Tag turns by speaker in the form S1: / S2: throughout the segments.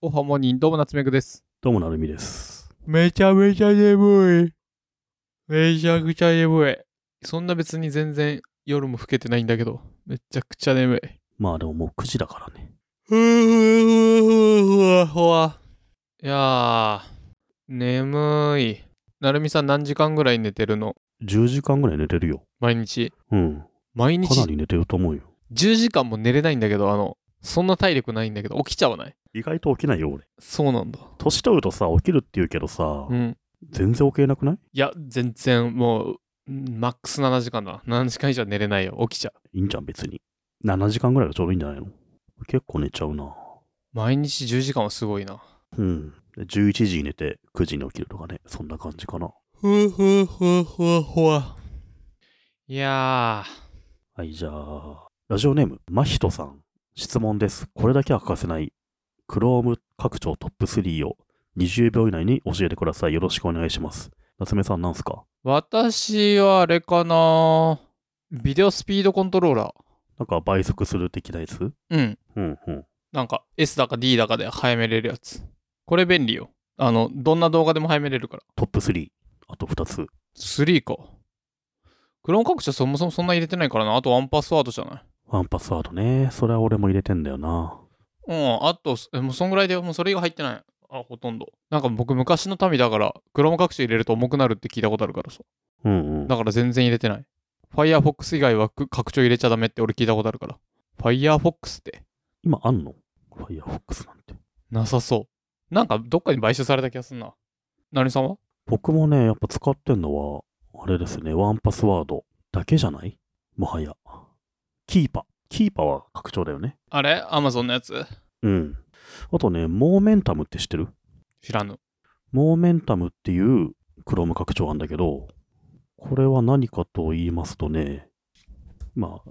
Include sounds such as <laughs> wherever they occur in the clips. S1: おはもにんどうもなつめぐです。
S2: どうもなるみです。
S1: めちゃめちゃ眠い。めちゃくちゃ眠い。そんな別に全然夜も更けてないんだけど、めちゃくちゃ眠い。
S2: まあでももう9時だからね。
S1: ふわふわふわ。いやー、眠い。なるみさん何時間ぐらい寝てるの
S2: 10時間ぐらい寝てるよ。
S1: 毎日。
S2: うん。
S1: 毎日
S2: かなり寝てると思うよ。
S1: 10時間も寝れないんだけど、あの、そんな体力ないんだけど、起きちゃわない。
S2: 意外と起きないよ、俺。
S1: そうなんだ。
S2: 年取るとさ、起きるって言うけどさ、
S1: うん。
S2: 全然起きれなくない
S1: いや、全然もう、うんマックス7時間だ。7時間以上寝れないよ。起きちゃう。
S2: いいんじゃん、別に。7時間ぐらいがちょうどいいんじゃないの結構寝ちゃうな。
S1: 毎日10時間はすごいな。
S2: うん。で11時に寝て9時に起きるとかね。そんな感じかな。
S1: ふふふふふわ。いや
S2: はい、じゃあ、ラジオネーム、まひとさん。質問です。これだけは欠かせない。Chrome 拡張トップ3を20秒以内に教えてください。よろしくお願いします。夏目さんなんすか
S1: ー、私はあれかな。ビデオスピードコントローラー。
S2: なんか倍速する的なやつ
S1: うん。
S2: うんうん。
S1: なんか S だか D だかで早めれるやつ。これ便利よ。あの、どんな動画でも早めれるから。
S2: トップ3。あと2つ。
S1: 3か。クローン拡張そもそもそんな入れてないからな。あとワンパスワードじゃない。
S2: ワンパスワードね。それは俺も入れてんだよな。
S1: うん、あと、えもうそんぐらいで、もうそれ以外入ってない。あ、ほとんど。なんか僕昔の民だから、クローム拡張入れると重くなるって聞いたことあるからさ。
S2: うんうん。
S1: だから全然入れてない。Firefox 以外はく拡張入れちゃダメって俺聞いたことあるから。Firefox って
S2: 今あんの ?Firefox なんて。
S1: なさそう。なんかどっかに買収された気がすんな。なるみさんは
S2: 僕もね、やっぱ使ってんのは、あれですね。ワンパスワードだけじゃないもはや。キーパ。キーパは拡張だよね。
S1: あれ ?Amazon のやつ
S2: うん。あとね、モーメンタムって知ってる
S1: 知らぬ。
S2: モーメンタムっていう Chrome 拡張なんだけど、これは何かと言いますとね、まあ、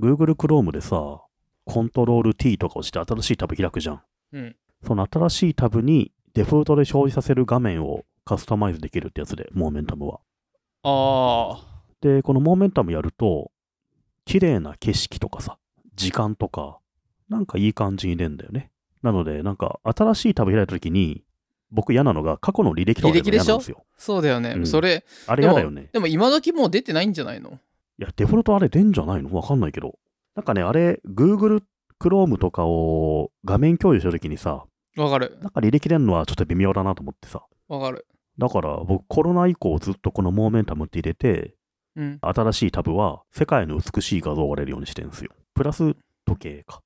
S2: Google Chrome でさ、コントロール T とかをして新しいタブ開くじゃん。
S1: うん。
S2: その新しいタブにデフォルトで表示させる画面をカスタマイズできるってやつで、モーメンタムは。
S1: あ
S2: で、このモーメンタムやると、綺麗な景色とかさ、時間とか、なんかいい感じに出るんだよね。なので、なんか新しいタブ開いた時に、僕嫌なのが過去の履歴とか出るの嫌なんですよ
S1: ー。、そうだよね。
S2: うん
S1: それ、
S2: あれ嫌だよね。
S1: でも今時もう出てないんじゃないの
S2: いや、デフォルトあれ出んじゃないのわかんないけど。なんかね、あれ、Google Chrome とかを画面共有した時にさ、
S1: わかる
S2: な。んか履歴出るのはちょっと微妙だなと思ってさ。
S1: わかる。
S2: だから僕コロナ以降ずっとこのモーメンタムって入れて、
S1: うん。
S2: 新しいタブは世界の美しい画像が出るようにしてるんですよ。プラス時計か。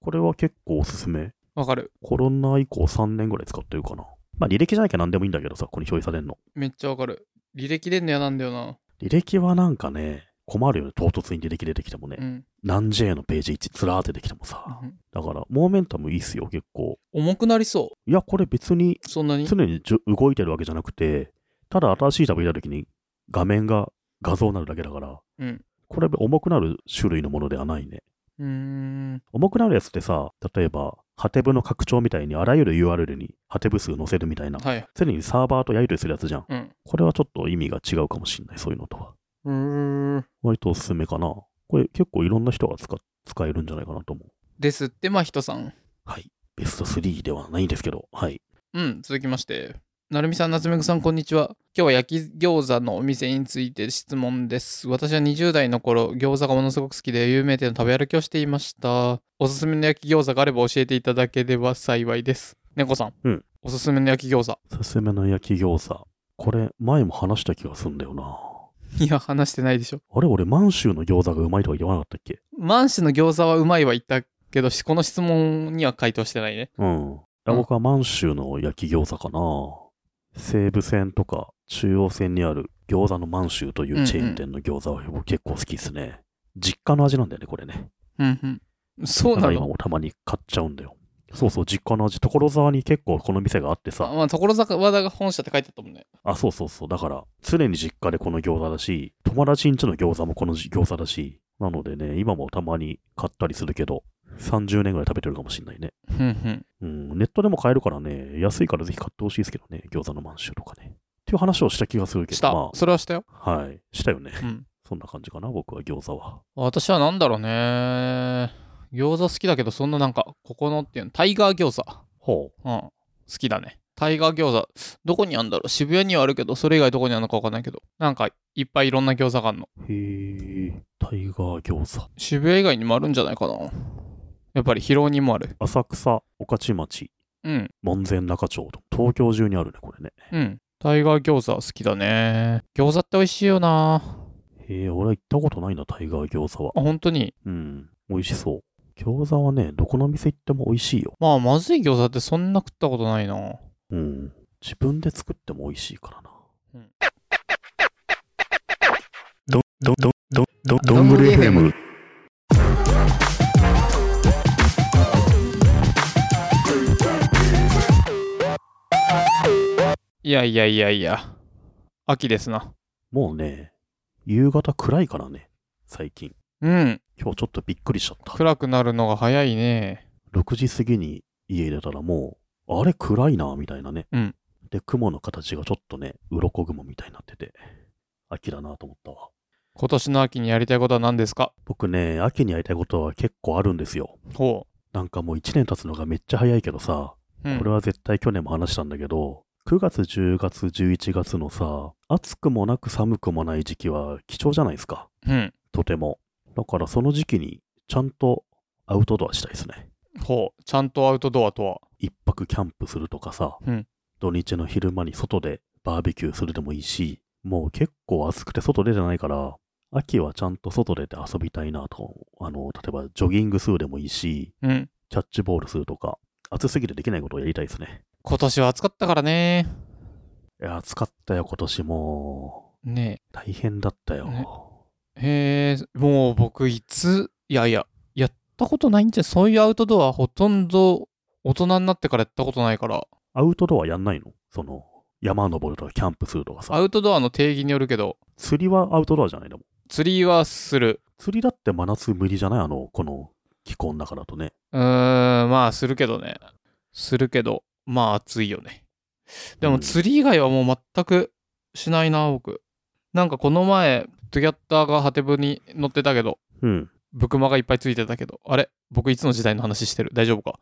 S2: これは結構おすすめ。
S1: わかる。
S2: コロナ以降3年ぐらい使ってるかな。まあ履歴じゃなきゃ何でもいいんだけどさ、ここに表示されるの。
S1: めっちゃわかる。履歴出んの嫌なんだよな。
S2: 履歴はなんかね、困るよね。唐突に履歴出てきてもね。
S1: うん。
S2: 何 J のページ1ずらーって出てきてもさ。
S1: うん
S2: だから、モーメンタムいいっすよ、結構。
S1: 重くなりそ
S2: いや、これ別に
S1: う。そんなに
S2: 常にじゅ動いてるわけじゃなくて、ただ新しいタブ入れた時に画面が画像になるだけだから、
S1: うん
S2: これ重くなる種類のものではないね。
S1: うーん。
S2: 重くなるやつってさ、例えば、ハテブの拡張みたいにあらゆる URL にハテブ数載せるみたいな、
S1: はい。
S2: 常にサーバーとやり取りするやつじゃん。
S1: うん。
S2: これはちょっと意味が違うかもしんない、そういうのとは。
S1: うーん。
S2: 割とおすすめかな。これ結構いろんな人が使使えるんじゃないかなと思う。
S1: ですって、まあ、人さん。
S2: はい。ベスト3ではないんですけど、はい。
S1: うん。続きまして。なるみさん、なつめぐさん、こんにちは。今日は焼き餃子のお店について質問です。私は20代の頃、餃子がものすごく好きで、有名店の食べ歩きをしていました。おすすめの焼き餃子があれば教えていただければ幸いです。猫さん。
S2: うん
S1: おすすめの焼き餃子。
S2: おすすめの焼き餃子。これ、前も話した気がすんだよな。
S1: いや、話してないでしょ。
S2: あれ、俺、満州の餃子がうまいとは言わなかったっけ
S1: 満州の餃子はうまいは言ったけど、しこの質問には回答してないね。
S2: うん。
S1: うん
S2: 僕は満州の焼き餃子かな。西武線とか中央線にある餃子の満州というチェーン店の餃子は僕結構好きですね。実家の味なんだよね、これね。
S1: うんうん。そう
S2: だか
S1: な
S2: ら今
S1: の
S2: もたまに買っちゃうんだよ。そうそう、実家の味。所沢に結構この店があって
S1: あ
S2: さ。
S1: まあ、所沢田が本社って書いてあったもんね。
S2: あ、そうそうそう。だから、常に実家でこの餃子だし、友達ん家の餃子もこの餃子だし。なのでね、今もたまに買ったりするけど、30年ぐらい食べてるかもしんないね。
S1: うんうん。
S2: うん、ネットでも買えるからね、安いからぜひ買ってほしいですけどね、餃子の満州とかね。っていう話をした気がするけど、
S1: した。
S2: ま
S1: それはしたよ。
S2: あ、はい、したよね。
S1: うん。
S2: そんな感じかな、僕は餃子は。
S1: 私はなんだろうね。餃子好きだけど、そんななんか、ここのっていうの、タイガー餃子。
S2: ほ
S1: うん。好きだね。タイガー餃子、どこにあるんだろう渋谷にはあるけど、それ以外どこにあるのかわかんないけど、なんかいっぱいいろんな餃子があるの。
S2: う。へえ。タイガー餃子。
S1: 渋谷以外にもあるんじゃないかな。やっぱり広尾にもある。
S2: 浅草、御徒町、
S1: うん。
S2: 門前仲町と、東京中にあるね、これね。
S1: うん。タイガー餃子好きだね。餃子って美味しいよな。
S2: へえ、俺は行ったことないな、タイガー餃子は。
S1: あ、本当に。
S2: うん。美味しそう。餃子はね、どこの店行っても美味しいよ。
S1: まあ、まずい餃子ってそんな食ったことないな。
S2: うん。自分で作っても美味しいからな。
S3: ど、ど、ど、ど、
S1: どんぐり FM。いやいやいやいや。秋ですな。
S2: もうね、夕方暗いからね、最近。
S1: うん。
S2: 今日ちょっとびっくりしちゃった。
S1: 暗くなるのが早いね。
S2: 6時過ぎに家出たらもう、あれ暗いな、みたいなね。
S1: うん
S2: で、雲の形がちょっとね、鱗雲みたいになってて、秋だなと思ったわ。
S1: 今年の秋にやりたいことは何ですか
S2: 僕ね、秋にやりたいことは結構あるんですよ。
S1: ほ
S2: なんかもう1年経つのがめっちゃ早いけどさ、
S1: う。うん
S2: これは絶対去年も話したんだけど、9月、10月、11月のさ、暑くもなく寒くもない時期は貴重じゃないですか。
S1: うん。
S2: とても。だからその時期にちゃんとアウトドアしたいですね。
S1: ほう。ちゃんとアウトドアとは。
S2: 一泊キャンプするとかさ、
S1: うん
S2: 土日の昼間に外でバーベキューするでもいいし、もう結構暑くて外出てないから、秋はちゃんと外出て遊びたいなと。あの、例えばジョギングするでもいいし、
S1: うん。
S2: キャッチボールするとか、暑すぎてできないことをやりたいですね。
S1: 今年は暑かったからね。
S2: いや、暑かったよ、今年も。
S1: ね
S2: 大変だったよ。
S1: ねえ。へえ、もう僕いつ、いやいや、やったことないんじゃ、そういうアウトドアほとんど大人になってからやったことないから、
S2: アウトドアやんないのその、山登るとかキャンプするとか
S1: ア
S2: さ。
S1: ウトドアの定義によるけど、
S2: 釣りはアウトドアじゃないの
S1: 釣りはする。
S2: 釣りだって真夏無理じゃないあの、この気候の中だとね。
S1: うーん、まあするけどね。するけど、まあ暑いよね。で
S2: う
S1: も
S2: ん
S1: 釣り以外はもう全くしないな、僕。なんかこの前、トゥギャッターがハテブに乗ってたけど、
S2: うん。
S1: ブクマがいっぱいついてたけど、あれ僕いつの時代の話してる大丈夫か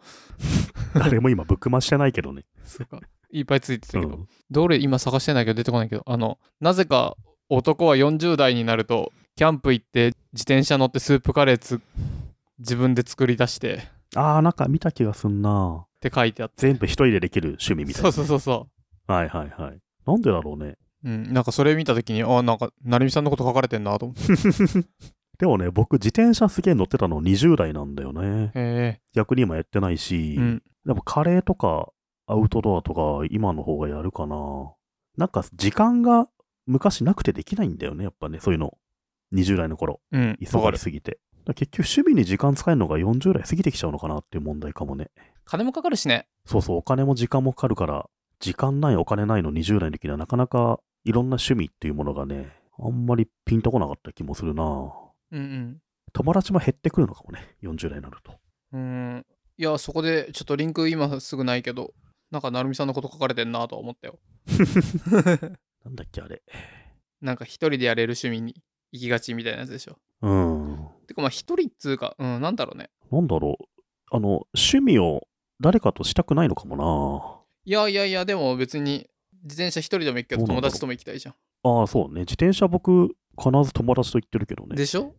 S2: 誰も今、ぶくましてないけど
S1: <laughs>
S2: ね。
S1: そうか。いっぱいついてたけど。
S2: うん
S1: どれ今探してないけど出てこないけど、あの、なぜか男は40代になると、キャンプ行って自転車乗ってスープカレーつ自分で作り出してっ
S2: あー、なんか見た気がすんな。
S1: て書いてあって。
S2: 全部一人でできる趣味みたい
S1: そ
S2: な。
S1: うそうそうそ
S2: はいはいはい。なんでだろうね。
S1: う。うん、なんかそれ見た時に、あ、なんか、成美さんのこと書かれてんなと思って。
S2: でもね、僕、自転車すげえ乗ってたの20代なんだよね。
S1: へ
S2: 逆に今やってないし、
S1: えうん。
S2: でもカレーとかアウトドアとか今の方がやるかな。なんか時間が昔なくてできないんだよね、やっぱね、そういうの。20代の頃、
S1: うん。わか
S2: 忙
S1: る
S2: し。すぎて。だから結局趣味に時間使えるのが40代過ぎてきちゃうのかなっていう問題かもね。
S1: 金もかかるしね。
S2: そうそう、お金も時間もかかるから、時間ないお金ないの20代の時にはなかなかいろんな趣味っていうものがね、あんまりピンとこなかった気もするな
S1: うん
S2: 友達も減ってくるのかもね、40代になると。
S1: うん。うん。いや、そこで、ちょっとリンク今すぐないけど、なんか成美さんのこと書かれてんなとは思ったよ。
S2: なんだっけ、あれ。
S1: なんか一人でやれる趣味に行きがちみたいなやつでしょ。
S2: うん。
S1: てかまあ一人っつうか、うん、なんだろうね。
S2: なんだろう。あの、趣味を誰かとしたくないのかも
S1: いやいやいや、でも別に自転車一人でも行くけど
S2: どうなん
S1: 友
S2: だろう
S1: 達とも行きたいじゃん。
S2: なああ、そうね。自転車僕、必ず友達と行ってるけどね
S1: で。しょ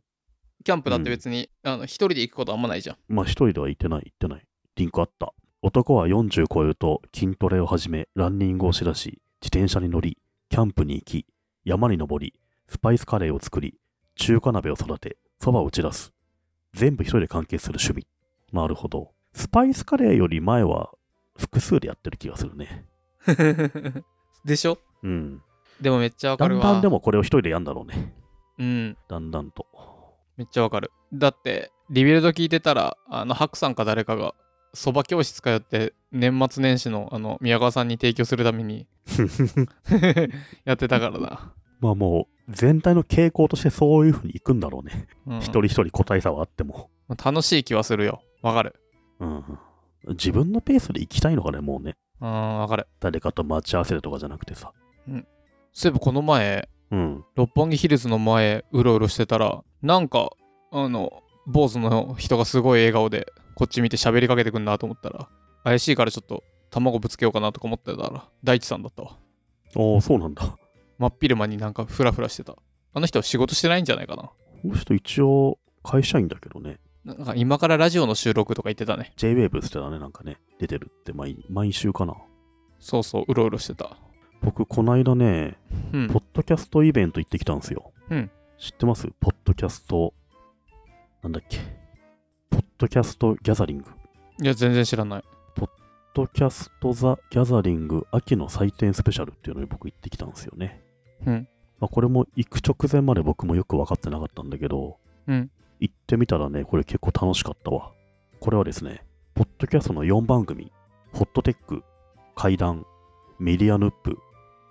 S1: キャンプだって別に、あの一人で行くことあんまないじゃん。 <laughs>
S2: まあ、一人では行ってない、行ってない。リンクあった。男は40超えると筋トレを始め、ランニングをしだし、自転車に乗り、キャンプに行き、山に登り、スパイスカレーを作り、中華鍋を育て、そばを打ち出す。全部一人で完結する趣味。なるほど。スパイスカレーより前は複数でやってる気がするね。
S1: でしょ
S2: うん。
S1: でもめっちゃわ
S2: だ
S1: かる
S2: ん
S1: わ。
S2: だんでもこれを一人でやんだろうね。
S1: うん、
S2: だんだんと。
S1: めっちゃわかる。だって、リビルド聞いてたら、あの、ハクさんか誰かが、そば教室通って、年末年始の、あの、宮川さんに提供するため
S2: <laughs>
S1: にやってたからな。
S2: まあもう、全体の傾向としてそういうふうにいくんだろうね。
S1: うん
S2: 一人一人個体差はあっても。
S1: 楽しい気はするよ。わかる。
S2: うん。自分のペースで行きたいのかね、もうね。
S1: うん、わかる。
S2: 誰かと待ち合わせるとかじゃなくてさ。
S1: そういえばこの前、
S2: うん。
S1: 六本木ヒルズの前うろうろしてたらなんかあの坊主の人がすごい笑顔でこっち見て喋りかけてくんなと思ったら怪しいからちょっと卵ぶつけようかなとか思ってたら大地さんだったわ
S2: ああ、そうなんだ。
S1: 真っ昼間になんかフラフラしてたあの人は仕事してないんじゃないかな
S2: この人一応会社員だけどね。
S1: なんか今からラジオの収録とか言ってたね
S2: JWAVE してたね、なんかね。出てるって毎毎週かな。
S1: そうそううろうろしてた
S2: 僕、こないだね、
S1: うん
S2: ポッドキャストイベント行ってきたんですよ。
S1: うん
S2: 知ってますポッドキャスト、なんだっけ。ポッドキャストギャザリング。
S1: いや全然知らない
S2: ポッドキャスト・ザ・ギャザリング秋の祭典スペシャルっていうのに僕行ってきたんですよね。
S1: うん
S2: まあ、これも行く直前まで僕もよく分かってなかったんだけど、
S1: うん
S2: 行ってみたらね、これ結構楽しかったわ。これはですね、ポッドキャストの4番組、ホットテック、怪談、メディアヌップ、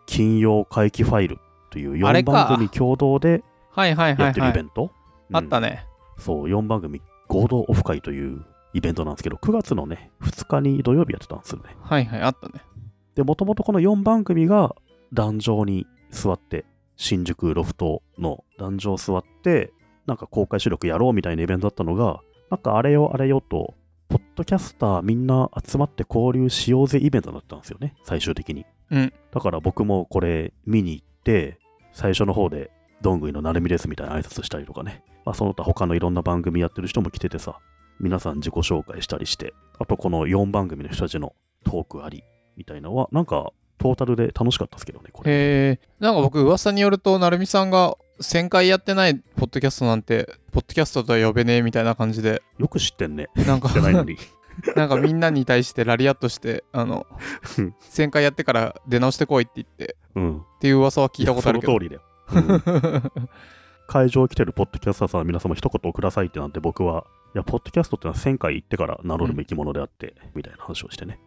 S2: 金曜回帰ファイルという
S1: あれ
S2: 4
S1: か
S2: 番組共同で
S1: はいはいは
S2: や
S1: い
S2: ってる
S1: は
S2: イ
S1: い
S2: ベント、
S1: あった
S2: ね。
S1: ね
S2: そう、4番組合同オフ会というイベントなんですけど、9月のね、2日に土曜日やってたんですよね。
S1: はいはいあったね
S2: で、もともとこの4番組が壇上に座って、新宿ロフトの壇上座って、なんか公開収録やろうみたいなイベントだったのが、なんかあれよあれよと、ポッドキャスターみんな集まって交流しようぜイベントだったんですよね、最終的に。
S1: うん
S2: だから僕もこれ見に行って、最初の方で、どんぐりのなるみですみたいな挨拶したりとかね。まあ、その他他のいろんな番組やってる人も来ててさ、皆さん自己紹介したりして、あとこの4番組の人たちのトークあり、みたいなのは、なんかトータルで楽しかったですけどね、これ。
S1: へえなんか僕噂によると成美さんが1000回やってないポッドキャストなんてポッドキャストとは呼べねえみたいな感じで
S2: よく知ってんね。 <laughs>
S1: なんか
S2: じゃない
S1: <laughs>
S2: のに。
S1: なんかみんなに対してラリアットしてあの
S2: うん
S1: 1000回やってから出直してこいって言って
S2: うん。
S1: っていう噂は聞いたことあるけ
S2: そ
S1: ど
S2: の通りだよ。うん会場来てるポッドキャスターさんの皆様一言くださいってなんて僕は、いや、ポッドキャストってのは1000回言ってから名乗るべきものであって、みたいな話をしてね。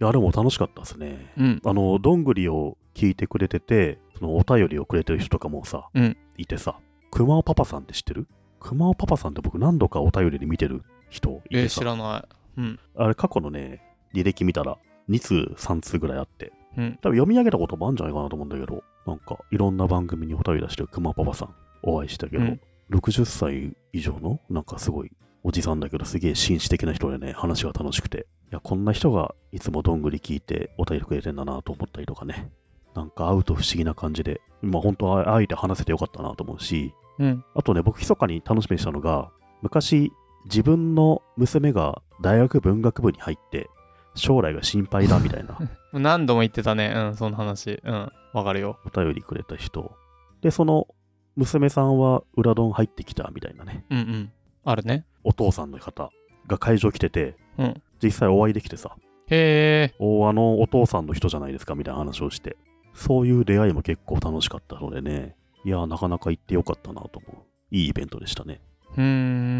S2: いや、でも楽しかったですね。
S1: <laughs> うん
S2: あの、どんぐりを聞いてくれてて、そのお便りをくれてる人とかもさ、
S1: うん
S2: いてさ、熊尾パパさんって知ってる熊尾パパさんって僕何度かお便りで見てる人い
S1: え
S2: て
S1: ー
S2: さ、
S1: 知らないうん
S2: あれ過去のね、履歴見たら2通3通ぐらいあって、
S1: うん
S2: 多分読み上げたこともあるんじゃないかなと思うんだけど、なんかいろんな番組にお便り出してる熊パパさんお会いしたけど、
S1: うん
S2: 60歳以上のなんかすごいおじさんだけどすげえ紳士的な人でね、話が楽しくて、いや、こんな人がいつもどんぐり聞いてお便りくれてんだなと思ったりとかね、なんか会うと不思議な感じで、まあ本当は会えて話せてよかったなと思うし、
S1: うん
S2: あとね、僕、密かに楽しみにしたのが、昔、自分の娘が大学文学部に入って、将来が心配だみたいな
S1: 何度も言ってたねうんその話うんわかるよ
S2: お便りくれた人。で、その娘さんは裏ドン入ってきたみたいなね、
S1: うんうんあるね
S2: お父さんの方が会場来てて、
S1: うん
S2: 実際お会いできてさ、
S1: へえ
S2: おあのお父さんの人じゃないですかみたいな話をして、そういう出会いも結構楽しかったのでね、いやー、なかなか行ってよかったなと思う。いいイベントでしたね。
S1: うー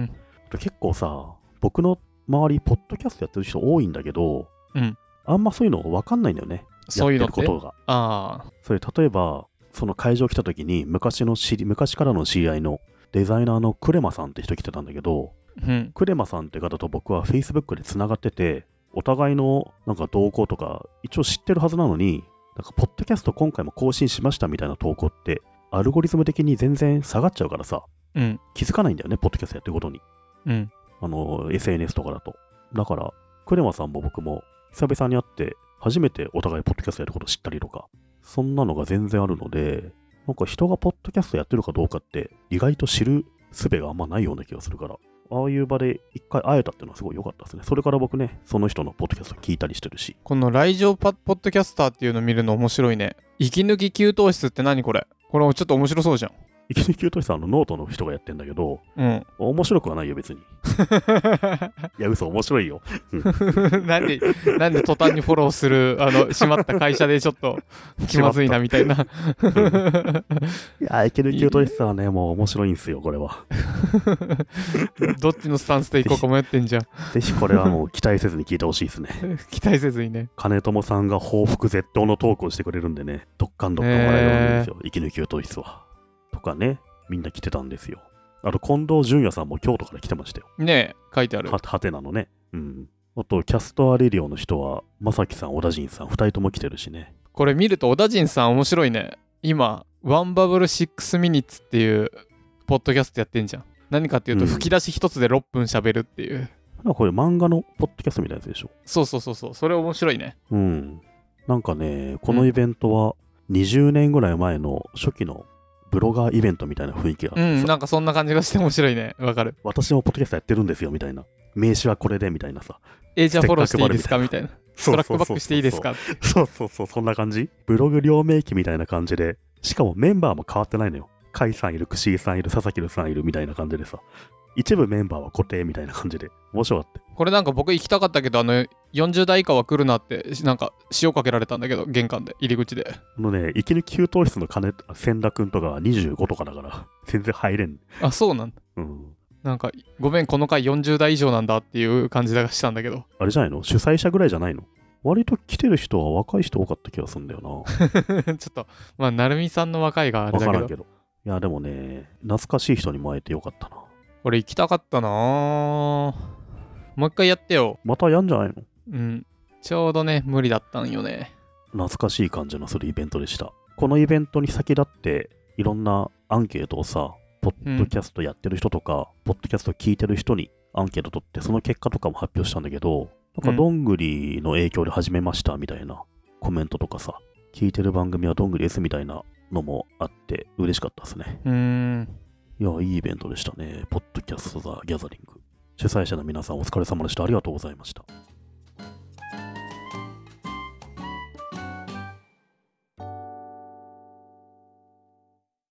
S1: ん
S2: 結構さ僕の周りポッドキャストやってる人多いんだけど、
S1: うん
S2: あんまそういうの分かんないんだよね
S1: そういうの
S2: や
S1: っ
S2: って
S1: て
S2: ることが
S1: ああ
S2: それ例えばその会場来た時に昔の知り昔からの知り合いのデザイナーのクレマさんって人来てたんだけど
S1: うん
S2: クレマさんって方と僕は Facebook でつながっててお互いのなんか動向とか一応知ってるはずなのになんかポッドキャスト今回も更新しましたみたいな投稿ってアルゴリズム的に全然下がっちゃうからさ
S1: うん
S2: 気づかないんだよねポッドキャストやってることに
S1: うん
S2: あの、SNS とかだと。だから、クレマさんも僕も久々に会って、初めてお互いポッドキャストやることを知ったりとか、そんなのが全然あるので、なんか人がポッドキャストやってるかどうかって、意外と知る術があんまないような気がするから、ああいう場で一回会えたっていうのはすごい良かったですね。それから僕ね、その人のポッドキャスト聞いたりしてるし、
S1: この来場パポッドキャスターっていうの見るの面白いね息抜き給湯室って何これこれちょっと面白そうじゃん
S2: いきなり給湯室さんのノートの人がやってんだけど、
S1: うん <laughs>
S2: 面白くはないよ、別に。いや、嘘、面白いよ。
S1: なんで、なんで途端にフォローする、あの、閉まった会社でちょっと気まずいなみたいな。 <laughs>
S2: いや、いきなり給湯室さんはね、もう面白いんですよ、これは。
S1: どっちのスタンスでいこうか迷ってんじ <laughs> ゃん。
S2: ぜひこれはもう期待せずに聞いてほしいですね。
S1: 期待せずにね。
S2: 金友さんが報復絶倒のトークをしてくれるんでね、どっかんどっかん笑いがあるんですよ、息抜き給湯室は。とかね、みんな来てたんですよ。あと、近藤淳也さんも京都から来てましたよ。
S1: ねえ、書いてある
S2: は。はてなのね。うん。あと、キャストアレディオの人は、まさきさん、小田陣さん、二人とも来てるしね。
S1: これ見ると、小田陣さん面白いね。今、ワンバブル6ミニッツっていう、ポッドキャストやってんじゃん。何かっていうと、
S2: うん
S1: 吹き出し一つで6分喋るっていう。
S2: なんかこれ漫画のポッドキャストみたいなやつでしょ。
S1: そうそうそうそう。それ面白いね。
S2: うん。なんかね、このイベントは20年ぐらい前の初期のブロガーイベントみたいな雰囲気があ
S1: う
S2: って
S1: ん。
S2: さ
S1: なんかそんな感じがして面白いね。わかる。
S2: 私もポッドキャストやってるんですよみたいな。名刺はこれでみたいなさ。
S1: え、じゃあフォローしていいですかみたいな。ト
S2: そう
S1: ラッ
S2: そ
S1: ク
S2: う
S1: バ
S2: そうそう
S1: ックしていいですか
S2: そうそうそう、そんな感じ。ブログ両名機みたいな感じで、しかもメンバーも変わってないのよ。甲斐さんいる、くしーさんいる、佐々木るさんいるみたいな感じでさ。一部メンバーは固定みたいな感じで、面白かった。
S1: これなんか僕行きたかったけど、あの、40代以下は来るなって、なんか塩かけられたんだけど、玄関で、入り口で。
S2: あのね、息抜き給湯室の金、千田くんとかは25とかだから、全然入れん。
S1: あ、そうなんだ。
S2: うん。
S1: なんか、ごめん、この回40代以上なんだっていう感じがしたんだけど。
S2: あれじゃないの主催者ぐらいじゃないの割と来てる人は若い人多かった気がするんだよな。
S1: ちょっと、まあ、なるみさんの若いが <laughs> あれだ
S2: わか
S1: け
S2: らん
S1: ど、
S2: けど。いや、でもね、懐かしい人にも会えてよかったな。
S1: 俺行きたかったなぁもう一回やってよ。
S2: またやんじゃないの
S1: うん。ちょうどね、無理だったんよね。
S2: 懐かしい感じのするイベントでした。このイベントに先立って、いろんなアンケートをさ、ポッドキャストやってる人とか、ポッドキャスト聞いてる人にアンケート取って、その結果とかも発表したんだけど、な
S1: う
S2: んか、
S1: ん
S2: どんぐりの影響で始めましたみたいなコメントとかさ、聞いてる番組はどんぐりですみたいなのもあって、嬉しかったですね。
S1: うーん。
S2: いや、いいイベントでしたね。ポッドキャスト・ザ・ギャザリング。主催者の皆さん、お疲れ様でした。ありがとうございました。